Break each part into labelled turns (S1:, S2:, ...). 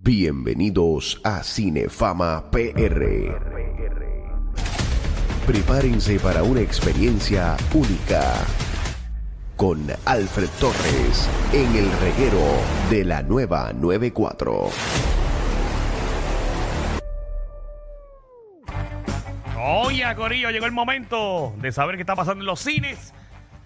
S1: Bienvenidos a Cinefama PR. Prepárense para una experiencia única con Alfred Torres en el reguero de la nueva 94.
S2: Oye, Corillo, llegó el momento de saber qué está pasando en los cines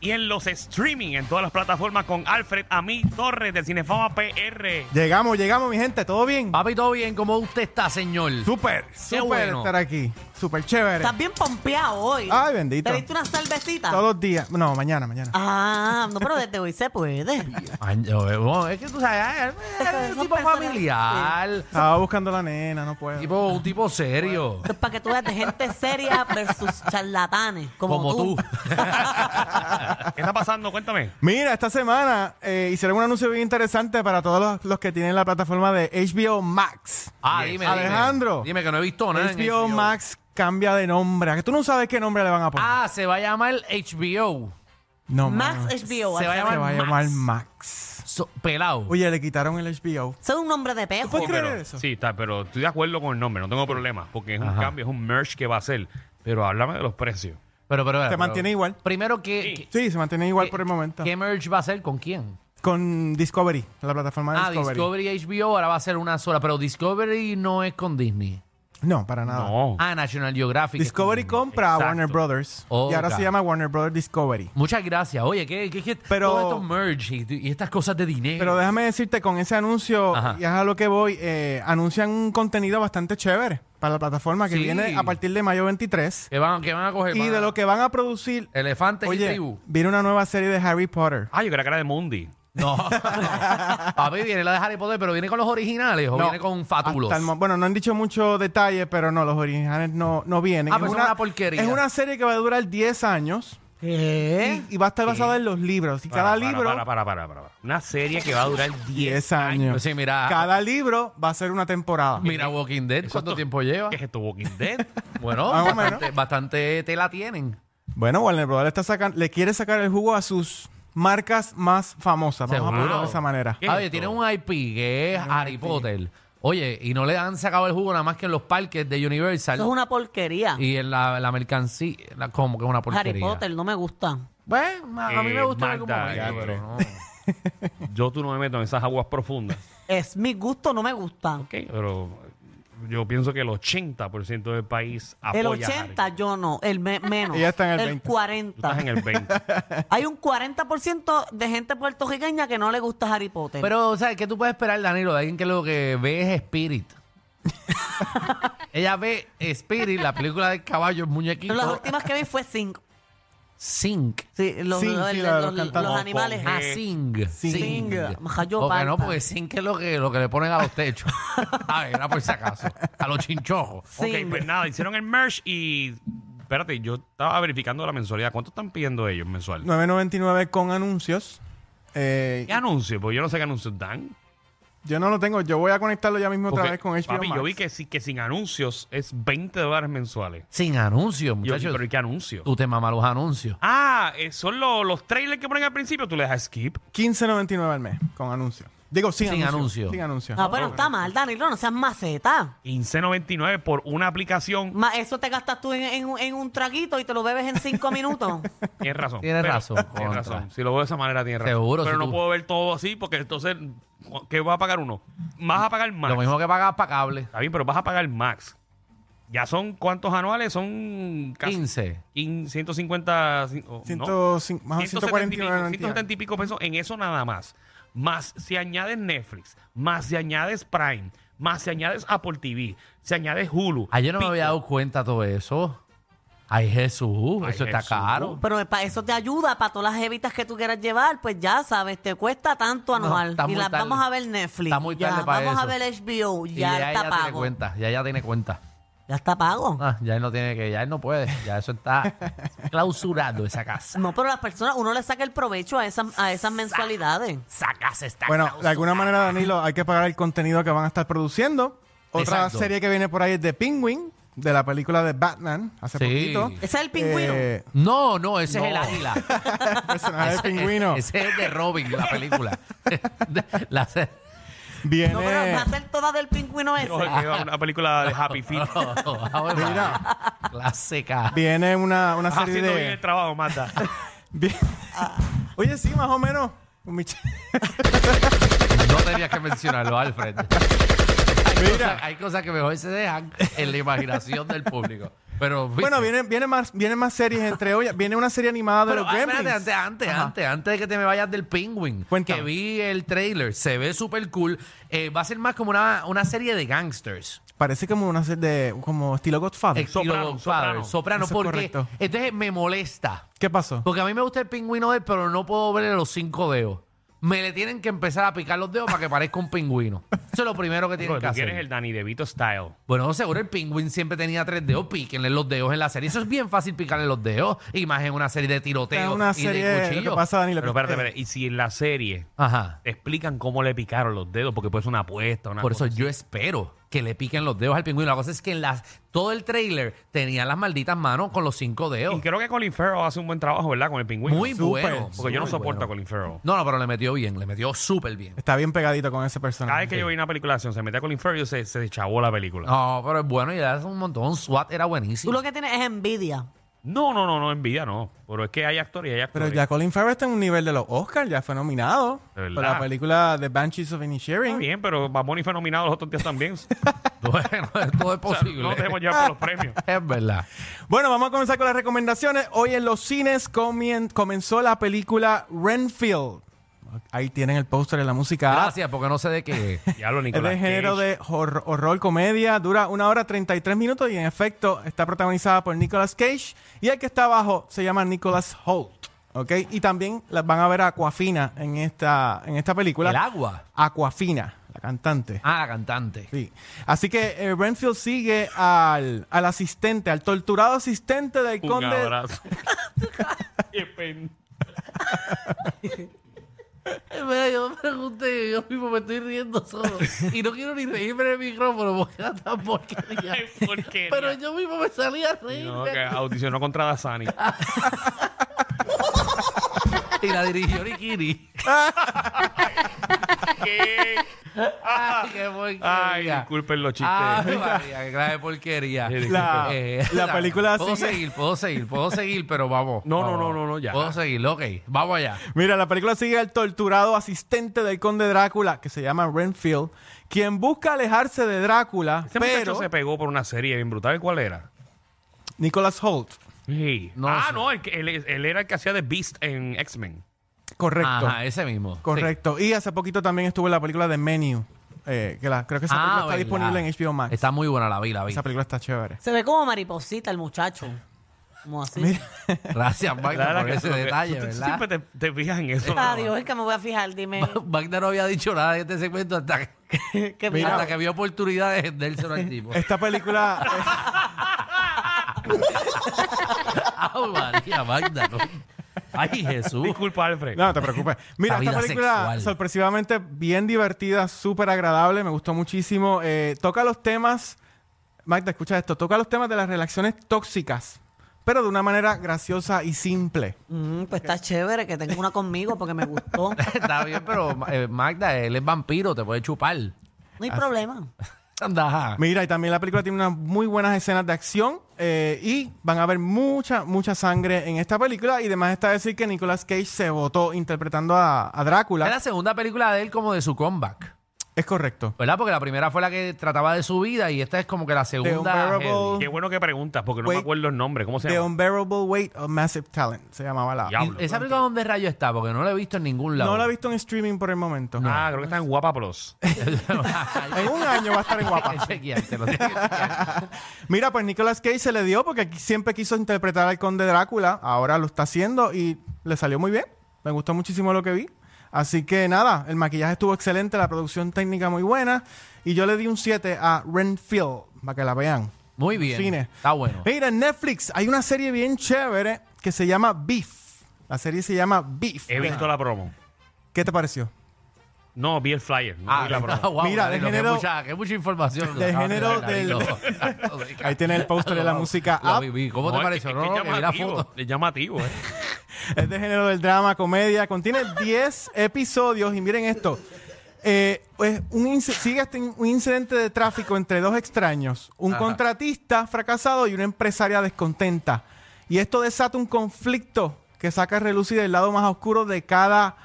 S2: y en los streaming, en todas las plataformas con Alfred Amí Torres de Cinefama PR.
S3: Llegamos, llegamos, mi gente, ¿todo bien?
S4: Papi, todo bien, ¿cómo usted está, señor?
S3: Súper,
S4: Ah, Qué
S3: súper
S4: bueno.
S3: estar aquí. Súper chévere.
S5: Estás bien pompeado hoy.
S3: Ay, bendito.
S5: ¿Te diste una cervecita?
S3: Todos los días. No, mañana, mañana.
S5: Ah, no, pero desde hoy se puede.
S4: Ay, no, eh, bueno, es que tú sabes, ay, ay,
S5: Esas
S4: es un tipo
S5: personas-
S4: familiar,
S3: Estaba buscando a la nena, no puedo.
S4: tipo, un tipo serio.
S5: Esto es para que tú veas de gente seria versus charlatanes, como, tú.
S2: ¿Qué está pasando? Cuéntame.
S3: Mira, esta semana eh, hicieron un anuncio bien interesante para todos los, los que tienen la plataforma de HBO Max.
S4: ah, dime, dime.
S3: Alejandro.
S4: Dime, que no he visto nada. en
S3: HBO, Max cambia de nombre. ¿A que tú no sabes qué nombre le van a poner?
S4: Ah, se va a llamar HBO.
S3: no, mano.
S5: Max HBO.
S4: Se va a
S3: Se va a llamar
S4: Max.
S3: Max.
S4: So- pelado.
S3: Oye, le quitaron el HBO.
S5: Son un nombre de pejo.
S3: puedes creer
S2: Pero-
S3: eso?
S2: Sí, está, pero estoy de acuerdo con el nombre, no tengo problema, porque es un
S4: Ajá.
S2: cambio, es un merge que va a hacer. Pero háblame de los precios.
S4: pero, pero, pero,
S3: se
S4: pero-
S3: mantiene igual.
S4: Primero, ¿qué,
S2: Sí.
S4: qué-
S3: Sí, se mantiene igual
S4: qué-
S3: por el momento.
S4: ¿Qué merge va a ser con quién?
S3: Con Discovery, la plataforma de
S4: Ah, Discovery HBO ahora va a ser una sola, pero Discovery no es con Disney.
S3: No, para nada.
S2: No.
S4: Ah, National Geographic. es con
S3: Discovery
S4: Disney.
S3: compra a
S2: Exacto.
S3: Warner Brothers.
S4: Oh,
S3: y ahora
S4: ok.
S3: se llama Warner Brothers Discovery.
S4: Muchas gracias. Oye, ¿qué, qué, qué
S3: Pero-
S4: todo esto merge y, y estas cosas de dinero?
S3: Pero déjame decirte, con ese anuncio,
S4: Eh. Ajá.
S3: y es a lo que voy, eh, anuncian un contenido bastante chévere para la plataforma que
S4: Sí.
S3: viene a partir de mayo 23.
S4: que van, que van a coger?
S3: Y
S4: Van
S3: de
S4: a-
S3: lo que van a producir,
S4: Elefantes y
S3: oye,
S4: tribu.
S3: viene una nueva serie de Harry Potter.
S2: Ah, yo creía que era de Mundi.
S4: No. Papi, viene la de Harry Potter, pero viene con los originales o
S3: No,
S4: viene con fatulos.
S3: hasta el mo- bueno, no han dicho mucho detalle, pero no, los originales no, no vienen.
S4: Ah, pero es una porquería.
S3: Es una serie que va a durar 10 años y, y va a estar basada en los libros. Y
S2: Para,
S3: cada
S2: para,
S3: libro...
S2: Para, para, para, para, para. Una serie que va a durar 10
S3: 10
S2: años.
S3: años.
S4: Sí, mira.
S3: Cada libro va a ser una temporada.
S4: Mira Walking Dead, ¿cuánto tiempo lleva?
S2: ¿Qué es esto, Walking Dead?
S4: Bueno,
S3: Más o menos.
S4: bastante, bastante tela tienen.
S3: Bueno, Warner Brothers está sacan- le quiere sacar el jugo a sus marcas más famosas. Vamos
S4: Seguro.
S3: a ponerlo de esa manera.
S2: ¿Qué es
S4: Ah, Oye,
S2: esto?
S4: tienen un IP que es Harry Potter. Oye, y no le han sacado el jugo nada más que en los parques de Universal.
S5: Eso es una porquería.
S4: Y en la, la mercancía, la- como que es una porquería.
S5: Harry Potter no me gusta.
S4: Bueno, ah. a a mí
S2: Eh,
S4: me gusta en algún
S2: Magda, ya,
S4: momento, pero
S2: pero-
S4: no.
S2: Yo tú no me meto en esas aguas profundas.
S5: Es mi gusto, no me gusta.
S2: Ok, pero yo pienso que el 80% del país apoya
S5: El
S2: a Harry.
S5: 80 yo no, el me- menos.
S3: Ella está en el 20.
S5: 40.
S2: Tú estás en el 20.
S5: Hay un 40% de gente puertorriqueña que no le gusta Harry Potter.
S4: Pero, o sea, ¿qué tú puedes esperar, Danilo, de alguien que lo que ve es Spirit? Ella ve Spirit, la película del caballo, el muñequito.
S5: las últimas que vi fue Zinc.
S4: Zinc.
S5: Sí, los,
S3: Zinc,
S5: los-
S3: sí,
S5: los-
S3: la de los
S5: los- los
S3: cantantes.
S5: animales.
S2: Ojo,
S4: Ah, Zinc.
S5: Zinc. Maja, yo
S4: Ok,
S5: palpa.
S4: no, porque Zinc es lo que, lo que le ponen a los techos. a ver, era por si acaso. A los chinchojos.
S5: Zinc.
S2: Ok, pues nada, hicieron el merch y... Espérate, yo estaba verificando la mensualidad. ¿Cuánto están pidiendo ellos mensual?
S3: 9.99 con anuncios. Eh,
S2: ¿Qué anuncio? Porque yo no sé qué anuncios dan.
S3: yo no lo tengo. Yo voy a conectarlo ya mismo otra
S2: Porque,
S3: vez con HBO
S2: papi,
S3: Max.
S2: yo vi que, sí- que sin anuncios es 20 dólares mensuales.
S4: Sin anuncios,
S2: Yo,
S4: muchachos.
S2: pero ¿y qué anuncio?
S4: Tú te mamas los anuncios.
S2: Ah, eh, son lo- los trailers que ponen al principio. Tú le das skip.
S3: 15.99 al mes con anuncios. Digo, sin,
S4: Sin
S3: anuncios.
S4: anuncio. Ah,
S3: Sin anuncios.
S5: No, pero está mal, Danilo, no seas maceta.
S2: 15.99 por una aplicación.
S5: Ma- Eso te gastas tú en, en un- en un traguito y te lo bebes en cinco minutos.
S2: Tienes razón.
S4: Tienes
S2: Pero-
S4: razón,
S2: Tienes
S4: contra.
S2: razón. Si lo veo de esa manera, tienes razón.
S4: Seguro,
S2: Pero
S4: si
S2: no
S4: tú-
S2: puedo ver todo así porque entonces, ¿qué vas a pagar uno? Vas a pagar Max.
S4: Lo mismo que pagas para cable.
S2: Está bien, pero vas a pagar Max. ¿Ya son cuántos anuales? Son casi
S4: 15.
S2: 15, 150. cin- o- no,
S3: 105, más
S2: 170 y pico,
S3: 149.99.
S2: 170 y pico pesos en eso nada más. Más si añades Netflix, más si añades Prime, más si añades Apple TV, si añades Hulu.
S4: Ayer no me
S2: Pico.
S4: había dado cuenta de todo eso. Ay, Jesús,
S2: Ay,
S4: eso está
S2: Jesús.
S4: caro.
S5: Pero eh, pa- eso te ayuda para todas las evitas que tú quieras llevar, pues ya sabes, te cuesta tanto anual.
S4: está
S5: y
S4: muy
S5: las
S4: tarde.
S5: vamos a ver Netflix.
S4: Está muy
S5: ya,
S4: tarde para
S5: Vamos
S4: eso.
S5: a ver HBO,
S4: Y
S5: ya está
S4: ella tiene
S5: pago.
S4: cuenta, ya ella tiene cuenta.
S5: Ya está pago.
S4: Ah, ya él no tiene que, ya él no puede, ya eso está clausurado esa casa.
S5: No, pero las personas, uno le saca el provecho a esas, a esas mensualidades.
S4: Esa casa está
S3: Bueno, de
S4: clausurada.
S3: alguna manera, Danilo, hay que pagar el contenido que van a estar produciendo. Otra
S4: Exacto.
S3: serie que viene por ahí es The Penguin, de la película de Batman, hace
S4: Sí.
S3: poquito.
S5: Ese es el pingüino.
S3: Eh,
S4: No, no, ese
S3: No.
S4: es el águila.
S3: el personaje del pingüino.
S4: Ese es el de Robin, la película. De- la se-
S3: Viene.
S5: no, pero va a ser toda del pingüino ese.
S2: Yo creo que es una película de Happy Feet.
S4: No, ahora,
S3: Mira.
S4: Clásica.
S3: Viene una, una serie
S2: Haciendo bien el
S3: de.
S2: trabajo, Mata.
S3: Bien- Oye, sí, más o menos. Mich-
S4: No tenías que mencionarlo, Alfred. Hay, cosas, hay cosas que mejor se dejan en la imaginación del público. Pero, ¿viste?
S3: Bueno, viene, viene, más, viene más series entre hoy. Viene una serie animada de
S4: Pero,
S3: los
S4: ah, espérate,
S3: Gremlins.
S4: antes, antes,
S3: Ajá.
S4: antes, antes de que te me vayas del Penguin,
S3: Cuéntame.
S4: que vi el trailer, se ve súper cool. Eh, va a ser más como una, una serie de gangsters.
S3: Parece como una serie de. como estilo Godfather.
S4: Estilo
S2: Soprano,
S4: Godfather,
S2: Soprano.
S4: soprano,
S3: Eso es
S4: porque
S3: correcto.
S4: entonces me molesta.
S3: ¿Qué pasó?
S4: Porque a mí me gusta el pingüino de él, pero no puedo verle los cinco dedos. Me le tienen que empezar a picar los dedos para que parezca un pingüino. Eso es lo primero que tienen
S2: Tú
S4: que hacer.
S2: quieres el Danny DeVito style.
S4: Bueno, seguro el pingüín siempre tenía tres dedos. Píquenle los dedos en la serie. Eso es bien fácil picarle los dedos. Y más en una serie de tiroteos
S3: Es una
S4: y
S3: serie.
S4: de
S3: lo que
S4: cuchillos.
S3: pasa, eh, Danilo?
S2: Pero
S3: que-
S2: espérate, espérate. Y si en la serie
S4: Ajá.
S2: te explican cómo le picaron los dedos, porque puede ser una apuesta, una
S4: Por eso
S2: cosa.
S4: yo espero que le piquen los dedos al pingüino. La cosa es que en las, todo el trailer tenía las malditas manos con los cinco dedos.
S2: Y creo que Colin Farrell hace un buen trabajo, ¿verdad? Con el pingüino.
S4: Muy
S3: Súper.
S4: bueno.
S2: Porque yo no
S4: Muy
S2: soporto a
S4: bueno.
S2: Colin Farrell.
S4: No, no, pero le metió bien. Le metió súper bien.
S3: Está bien pegadito con ese
S2: Cada
S3: personaje.
S2: vez que yo vi una película de acción, se metía Colin Farrell, se, se chavó la película.
S4: No, pero es bueno y le hace un montón. SWAT era
S5: Tú
S4: buenísimo.
S5: lo que tienes es envidia.
S2: No, no, no, no, envidia no. Pero es que hay actores y hay
S3: Pero
S2: actores.
S3: ya Colin Farrell está en un nivel de los Oscars, ya fue nominado
S2: De verdad. Ah,
S3: por la película The Banshees of
S2: Está
S3: Inisherin.
S2: bien, pero Baboni fue nominado los otros días también.
S4: Bueno, todo es
S2: O sea,
S4: posible.
S2: no nos dejemos llevar por los premios.
S4: Es verdad.
S3: Bueno, vamos a comenzar con las recomendaciones. Hoy en los cines comien- comenzó la película Renfield. Ahí tienen el póster de la música.
S4: Gracias, porque no sé de qué.
S2: Ah. Ya lo
S3: Es
S2: Nicolás.
S3: de género
S2: Cage.
S3: de horror, horror, comedia, dura una hora 33 minutos y en efecto está protagonizada por Nicolas Cage y el que está abajo se llama Nicolas Holt. ¿ok? Y también las van a ver a Aquafina en esta, en esta película.
S4: ¿El agua?
S3: Aquafina, la cantante.
S4: Ah, la cantante.
S3: Sí. Así que eh, Renfield sigue al, al asistente, al torturado asistente del
S2: Un
S3: conde.
S2: abrazo. Qué pena.
S4: Mira, yo me pregunté, yo mismo me estoy riendo solo. Y no quiero ni reírme en el micrófono porque era tan porquería.
S2: Qué porquería.
S4: Pero yo mismo me salía a reír.
S2: No, que audicionó contra Dasani.
S4: Y la dirigió Nikiri.
S2: ¿Qué?
S4: Ay, qué porquería.
S2: Ah, Ay, disculpen los chistes.
S4: Ay, María, qué grave porquería.
S2: Sí,
S3: La-
S4: Eh,
S3: la película
S4: Puedo
S3: sigue-
S4: seguir, puedo seguir, puedo seguir, pero vamos.
S2: No, no,
S4: vamos,
S2: no,
S4: vamos.
S2: no, no, ya.
S4: Puedo seguir, ok. Vamos allá.
S3: Mira, la película sigue al torturado asistente del conde Drácula, que se llama Renfield, quien busca alejarse de Drácula,
S2: Ese
S3: pero
S2: muchacho se pegó por una serie bien brutal. ¿Cuál era?
S3: Nicolas Holt.
S2: Sí.
S4: No
S2: ah,
S4: sé.
S2: no, el que- él, él era el que hacía de Beast en X-Men.
S3: Correcto.
S4: Ajá, ese mismo.
S3: Correcto. Y hace poquito también estuvo en la película de Menu, eh, que la, creo que
S4: Sí.
S3: esa película
S4: Ah,
S3: está
S4: verdad.
S3: disponible en HBO Max.
S4: Está muy buena la vi, la vi.
S3: Esa película está chévere.
S5: Se ve como mariposita el muchacho. Como así. Ah,
S3: Mira,
S4: Gracias, Magda, por
S2: que-
S4: ese
S2: lo que-
S4: detalle,
S2: tú
S4: ¿verdad?
S2: Siempre te, te fijas en eso.
S5: Ah, Dios, es que me voy a fijar, dime.
S4: Magda no había dicho nada de este segmento hasta que,
S5: que
S3: Mira.
S4: hasta que vio oportunidad de vendérselo al tipo.
S3: esta película...
S4: ¡Ah, María, Magda! no. ¡Ay, Jesús!
S2: Disculpa, Alfred.
S3: No, no te preocupes. Mira,
S4: La
S3: esta
S4: vida
S3: película
S4: sexual.
S3: sorpresivamente bien divertida, súper agradable, me gustó muchísimo. Eh, toca los temas, Magda, escucha esto, toca los temas de las relaciones tóxicas, pero de una manera graciosa y simple.
S5: Mm, pues está chévere que tenga una conmigo porque me gustó.
S4: Está bien, pero eh, Magda, él es vampiro, te puede chupar.
S5: No hay problema.
S4: Anda.
S3: Mira, y también la película tiene unas muy buenas escenas de acción eh, y van a haber mucha, mucha sangre en esta película. Y además está decir que Nicolas Cage se votó interpretando a, a
S4: Es
S3: Drácula.
S4: la segunda película de él como de su comeback.
S3: Es correcto.
S4: ¿Verdad? Porque la primera fue la que trataba de su vida y esta es como que la segunda.
S3: Unbearable-
S4: heavy.
S2: Qué bueno que preguntas, porque no
S3: Wait.
S2: me acuerdo el nombre. ¿Cómo se
S3: The
S2: llama?
S3: Unbearable Weight of Massive Talent se llamaba la.
S2: Diablo.
S4: ¿Esa película dónde rayo está? Porque no la he visto en ningún lado.
S3: No la he visto en streaming por el momento.
S2: Ah, creo que está en Guapa Plus.
S3: En un año va a estar en guapa.
S4: Chequearte, lo tienes que chequear.
S3: Mira, pues Nicolas Cage se le dio porque aquí siempre quiso interpretar al conde Drácula. Ahora lo está haciendo y le salió muy bien. Me gustó muchísimo lo que vi. Así que nada, el maquillaje estuvo excelente, la producción técnica muy buena. Y yo le di un 7 a Renfield para que la vean.
S4: Muy bien.
S3: Cine.
S4: Está bueno.
S3: Mira, en Netflix hay una serie bien chévere que se llama Beef. La serie se llama Beef.
S2: He visto la promo.
S3: ¿Qué te pareció?
S2: No, vi el flyer. No
S4: Ah,
S2: vi la promo.
S4: wow,
S3: Mira,
S4: Danilo,
S3: de
S4: qué
S3: género-
S4: mucha, qué mucha información.
S3: de género del- Ahí tiene el póster de la música
S4: Lo
S3: Up.
S4: viví. ¿Cómo te
S2: No, es
S4: pareció?
S2: que-
S4: No,
S2: es que
S4: no,
S2: es
S4: que vi la
S2: llamativo,
S4: foto.
S2: Es llamativo, ¿eh?
S3: Es de Este género del drama, comedia. Contiene 10 episodios y miren esto. Eh, pues, un inc- sigue este in- un incidente de tráfico entre dos extraños, un
S4: Ajá.
S3: contratista fracasado y una empresaria descontenta. Y esto desata un conflicto que saca a relucir el lado más oscuro de cada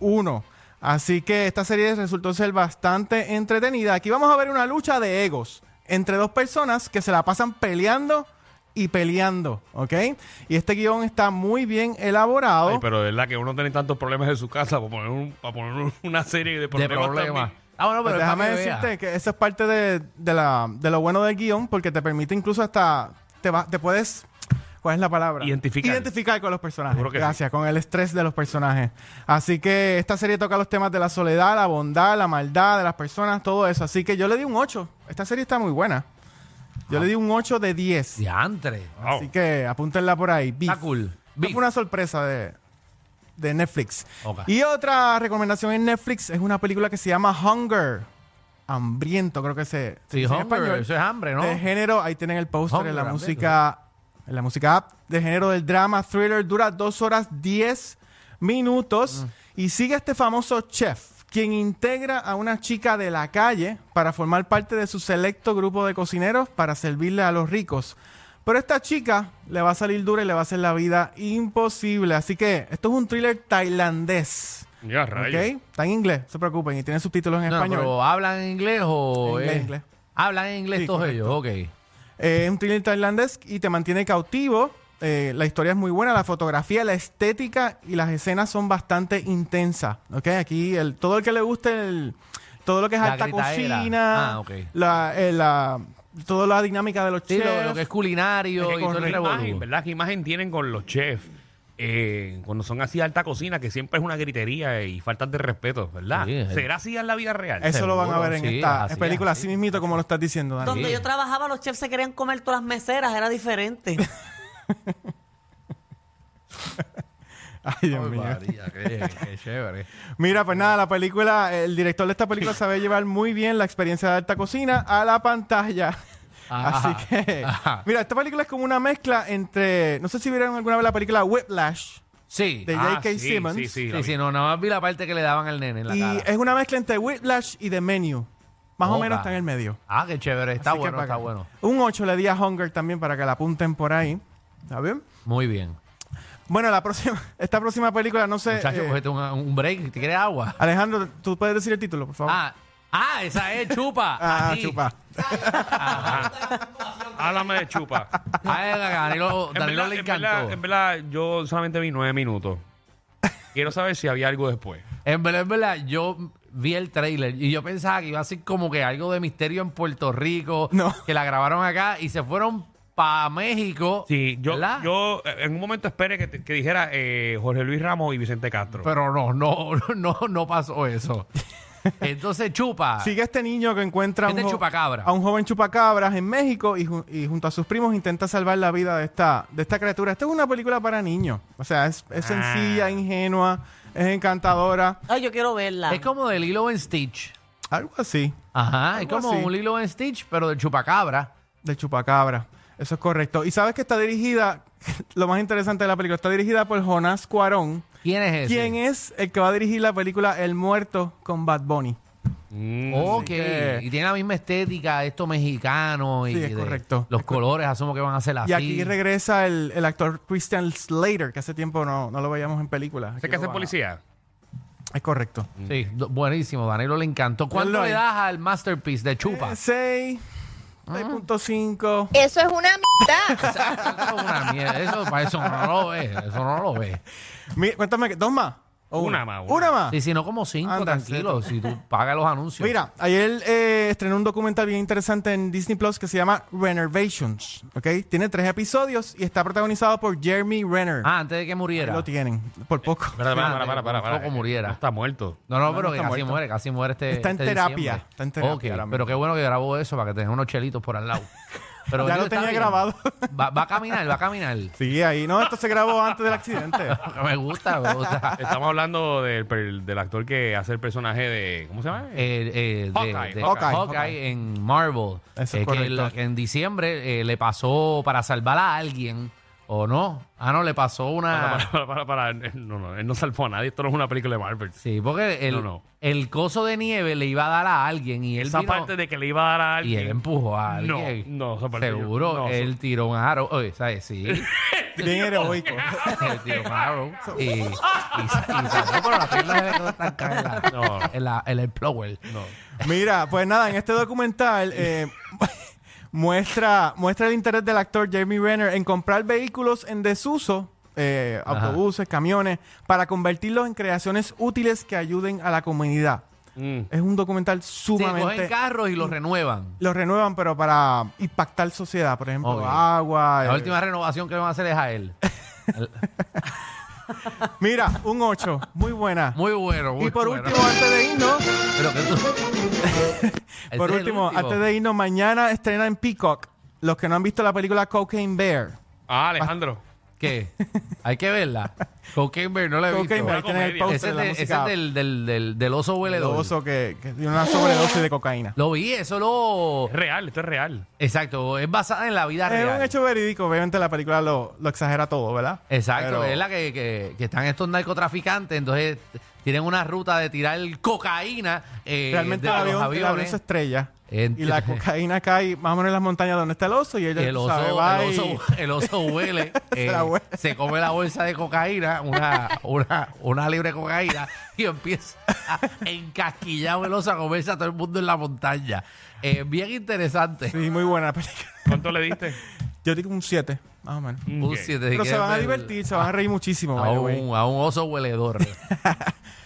S3: uno. Así que esta serie resultó ser bastante entretenida. Aquí vamos a ver una lucha de egos entre dos personas que se la pasan peleando y peleando, ¿ok? Y este guión está muy bien elaborado.
S2: Ay, pero de verdad que uno tiene tantos problemas en su casa para poner, un- para poner un- una serie de
S4: De
S2: problemas.
S4: problemas.
S2: también.
S4: Ah, bueno, pero
S3: Pero
S4: es
S3: déjame
S4: para que vea.
S3: decirte que eso es parte de, de la- de lo bueno del guión, porque te permite incluso hasta. Te, va- te puedes. ¿Cuál es la palabra?
S2: Identificar.
S3: Identificar con los personajes.
S2: Seguro que
S3: Gracias, con el estrés de los personajes. Así que esta serie toca los temas de la soledad, la bondad, la maldad de las personas, todo eso. Así que yo le di un 8. Esta serie está muy buena. Yo le di un 8 de 10.
S4: Diantre.
S2: Wow.
S3: Así que apúntenla por ahí. Beef.
S4: Está cool.
S3: Esta
S4: Beef.
S3: fue una sorpresa de, de Netflix.
S4: Ok.
S3: Y otra recomendación en Netflix es una película que se llama Hunger. Hambriento, creo que se, se
S4: Sí,
S3: dice en
S4: hunger,
S3: español.
S4: eso es hambre, ¿no? Oh,
S3: De género, ahí tienen el póster
S4: Hunger,
S3: en la
S4: hambriento,
S3: música, en la música app de género del drama thriller, dura 2 horas 10 minutos
S4: Mm.
S3: y sigue a este famoso chef, quien integra a una chica de la calle para formar parte de su selecto grupo de cocineros para servirle a los ricos. Pero esta chica le va a salir dura y le va a hacer la vida imposible. Así que esto es un thriller tailandés.
S2: Ya, rayos.
S3: ¿Ok? Está en inglés, no se preocupen. Y tiene subtítulos en
S4: No,
S3: español.
S4: pero ¿hablan en inglés o...?
S3: Inglés,
S4: eh?
S3: inglés.
S4: Hablan en inglés
S3: Sí,
S4: todos
S3: correcto.
S4: ellos, ok.
S3: Eh, es un thriller tailandés y te mantiene cautivo. Eh, la historia es muy buena, la fotografía, la estética y las escenas son bastante intensas. ¿ok? Aquí el, todo el que le guste el- todo lo que es
S4: La
S3: alta
S4: gritadera.
S3: cocina,
S4: Ah, ok.
S3: la, eh, la- toda la dinámica de los
S4: Sí, lo, lo
S3: chefs.
S4: que es culinario
S3: Es
S4: y todo el
S2: ¿Qué imagen,
S4: revolú.
S2: ¿verdad? ¿Qué imagen tienen con los chefs? eh, cuando son así de alta cocina, que siempre es una gritería y faltas de respeto, ¿verdad?
S4: Sí, es-
S2: ¿Será así en la vida real?
S3: Eso lo van a
S4: seguro,
S3: ver en
S4: sí,
S3: esta
S4: así,
S3: película,
S4: así.
S3: así mismito como lo estás diciendo, Dani.
S5: Donde yo trabajaba, los chefs se querían comer todas las meseras, era diferente.
S3: Ay, Dios
S4: Ay,
S3: mío.
S4: María, qué, qué chévere.
S3: Mira, pues nada, la película, el director de esta película sabe llevar muy bien la experiencia de alta cocina a la pantalla.
S4: Ajá,
S3: Así que,
S4: ajá.
S3: mira, esta película es como una mezcla entre, no sé si vieron alguna vez la película Whiplash
S4: Sí.
S3: de
S2: Ah,
S3: J.K.
S2: sí,
S3: Simmons.
S2: sí, sí.
S4: Sí, sí, no, nada más vi la parte que le daban al nene en la
S3: Y
S4: cara.
S3: es una mezcla entre Whiplash y The Menu. Más o
S4: Opa.
S3: menos está en el medio.
S4: Ah, qué chévere, está
S3: Así que
S4: bueno,
S3: para
S4: está
S3: acá.
S4: bueno.
S3: Un 8 le di a Hunger también para que la apunten por ahí. ¿Está bien?
S4: Muy bien.
S3: Bueno, la próxima, esta próxima película, no sé.
S4: Muchacho,
S3: eh,
S4: cogete un, un break, ¿te quieres agua?
S3: Alejandro, ¿tú puedes decir el título, por favor?
S4: Ah, ah, esa es chupa.
S3: Ah,
S4: aquí.
S3: chupa.
S2: Háblame de chupa.
S4: Ah, eh, Danilo,
S2: En
S4: Danilo
S2: verdad,
S4: le
S2: en verdad-
S4: encantó.
S2: en verdad, yo solamente vi nueve minutos. Quiero saber si había algo después.
S4: En verdad, en verdad, yo vi el trailer y yo pensaba que iba a ser como que algo de misterio en Puerto Rico,
S3: No.
S4: que la grabaron acá y se fueron para México.
S2: Sí, yo,
S4: ¿verdad?
S2: yo eh, en un momento esperé que, te- que dijera eh, Jorge Luis Ramos y Vicente Castro.
S4: Pero no, no, no, no pasó eso. Entonces, chupa.
S3: Sigue este niño que encuentra a un,
S4: Ah. Este
S3: jo-
S4: chupacabra.
S3: a un joven chupacabras en México y, ju- y junto a sus primos intenta salvar la vida de esta, de esta criatura. Esta es una película para niños. O sea, es, es sencilla, ingenua, es encantadora,
S5: Ay, yo quiero verla.
S4: Es como de Lilo en Stitch.
S3: algo así,
S4: Ajá, es
S3: Algo
S4: como
S3: así.
S4: un Lilo en Stitch, pero de chupacabra.
S3: de chupacabra. Eso es correcto. Y sabes que está dirigida, lo más interesante de la película, está dirigida por Jonás Cuarón,
S4: ¿Quién es ese?
S3: quien es el que va a dirigir la película El Muerto con Bad Bunny.
S2: Mm,
S4: Ok,
S3: que-
S4: y tiene la misma estética, esto mexicano y
S3: Sí, es
S4: de-
S3: correcto.
S4: los colores, asumo que van a ser así.
S3: Y aquí regresa el, el actor Christian Slater, que hace tiempo no, no lo veíamos en películas.
S2: ¿Sé
S3: Aquí
S2: que
S3: lo
S2: hace
S3: van a-
S2: policía?
S3: Es correcto.
S4: Sí, do- buenísimo. Danilo le encantó. ¿Cuánto
S3: Eloy.
S4: le das al masterpiece de Chupa?
S3: 6, 6.5.
S6: Eso es una mierda.
S4: Eso es una mierda. Eso, para eso no lo ve. Eso no lo ve.
S3: Mi- Cuéntame, ¿dos más? ¿O
S2: Una más, una.
S3: Una más.
S4: Y si no, como cinco,
S3: Ah. Anda,
S4: tranquilo. Si tú pagas los anuncios.
S3: Mira, ayer eh, estrenó un documental bien interesante en Disney Plus que se llama Renovations. ¿Ok? Tiene tres episodios y está protagonizado por Jeremy Renner.
S4: Ah, antes de que muriera.
S3: Lo tienen, por poco.
S2: Espera, espera, espera, espera, espera,
S4: Tampoco
S2: espera.
S4: muriera.
S2: No está muerto.
S4: No, no, pero
S3: no
S4: que
S3: está
S4: casi
S3: muerto.
S4: muere, casi muere este.
S3: Está en
S4: este
S3: terapia,
S4: diciembre.
S3: está en terapia
S4: Ok,
S3: ahora mismo.
S4: pero qué bueno que grabó eso para que te den unos chelitos por al lado. Pero
S3: Ya
S4: él
S3: lo
S4: está
S3: tenía grabado.
S4: Va, va a caminar, va a caminar.
S3: Sí, ahí. No, esto se grabó antes del accidente.
S4: Me gusta, me gusta.
S2: Estamos hablando del, per- del actor que hace el personaje de. ¿Cómo se llama?
S4: Eh, eh, de-
S2: Hawkeye,
S4: de-
S3: Hawkeye,
S4: Hawkeye
S3: Hawkeye.
S4: en Marvel.
S3: Eso es
S4: Eh, que,
S3: correcto.
S4: la- que en diciembre eh, le pasó para salvar a alguien, ¿o no? Ah, no, le pasó una.
S2: Para, para, para, para, para. No, no, él no salvó a nadie. Esto no es una película de Marvel.
S4: Sí, porque el,
S2: No, no.
S4: el coso de nieve le iba a dar a alguien y él
S2: Esa
S4: vino-
S2: parte de que le iba a dar a
S4: y
S2: alguien.
S4: él empujó a
S2: No,
S4: alguien.
S2: no, esa parte yo-
S4: Seguro,
S2: no,
S4: él tiró un arrow. Oye, ¿sabes? Sí.
S3: Bien heroico.
S4: él tiró un arrow. y, y, sa- y salió, pero la pierna se quedó estancada en la-
S2: No, no.
S4: en la- en el plower.
S3: Mira, pues nada, en este documental eh, muestra, muestra el interés del actor Jeremy Renner en comprar vehículos en desuso, eh, autobuses, camiones, para convertirlos en creaciones útiles que ayuden a la comunidad.
S2: Mm.
S3: Es un documental
S4: Sí, pues, cogen
S3: sumamente...
S4: carros y los renuevan.
S3: Los renuevan, pero para impactar sociedad, por ejemplo,
S4: Ok.
S3: agua.
S4: La
S3: eh,
S4: última renovación que van a hacer es a él.
S3: Mira, un 8, muy buena.
S4: Muy bueno, muy
S3: y por
S4: bueno.
S3: último, antes de irnos,
S4: Pero que tú- Ese
S3: por
S4: es el
S3: último, antes de irnos, mañana estrena en Peacock los que no han visto la película Cocaine Bear.
S2: Ah, Alejandro.
S4: ¿Qué? Hay que verla. Cocaine Bear, no la he visto.
S3: Cocaine Bear,
S2: Una
S3: tiene el
S2: comedia.
S3: póster de
S4: Ese es,
S3: la
S4: de- ese
S3: música
S4: es del, del, del, del oso hueledor.
S3: oso que, que tiene una sobredosis de cocaína.
S4: Lo vi, eso lo...
S2: Es real, esto es real.
S4: Exacto, es basada en la vida
S3: Es
S4: real.
S3: un hecho verídico, obviamente la película lo, lo exagera todo, ¿verdad?
S4: Exacto,
S3: Pero-
S4: es la que, que, que están estos narcotraficantes, entonces t- tienen una ruta de tirar cocaína eh,
S3: Realmente
S4: de
S3: el
S4: los
S3: avión, el avión
S4: aviones.
S3: se estrella
S4: Ent-
S3: y la cocaína cae más o menos en las montañas donde está el oso y
S4: Y
S3: ella
S4: el oso,
S3: sabe, va
S4: el,
S3: y-
S4: oso, el oso huele, eh,
S3: la huele.
S4: se come la bolsa de cocaína, una, una, una libre cocaína, y empieza a encasquillar el oso a comerse a todo el mundo en la montaña. Eh, bien interesante.
S3: Sí, muy buena la película.
S2: ¿Cuánto le diste?
S3: Yo digo un 7, más o menos.
S4: Un
S2: Ok.
S4: siete,
S3: Pero
S4: que
S3: se van a
S4: es el-
S3: divertir, se van a reír muchísimo,
S4: A
S3: by the way.
S4: un, a un oso hueledor.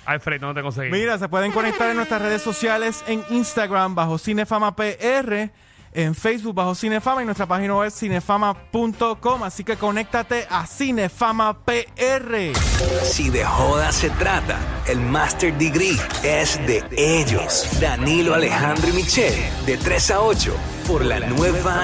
S2: Alfred, no te conseguí.
S3: Mira, se pueden conectar en nuestras redes sociales en Instagram bajo Cinefama PR, en Facebook bajo Cinefama y nuestra página web cinefama.com. Así que conéctate a Cinefama PR.
S7: Si de joda se trata, el Master Degree es de ellos. Danilo Alejandro y Michelle, de 3 a 8, por la nueva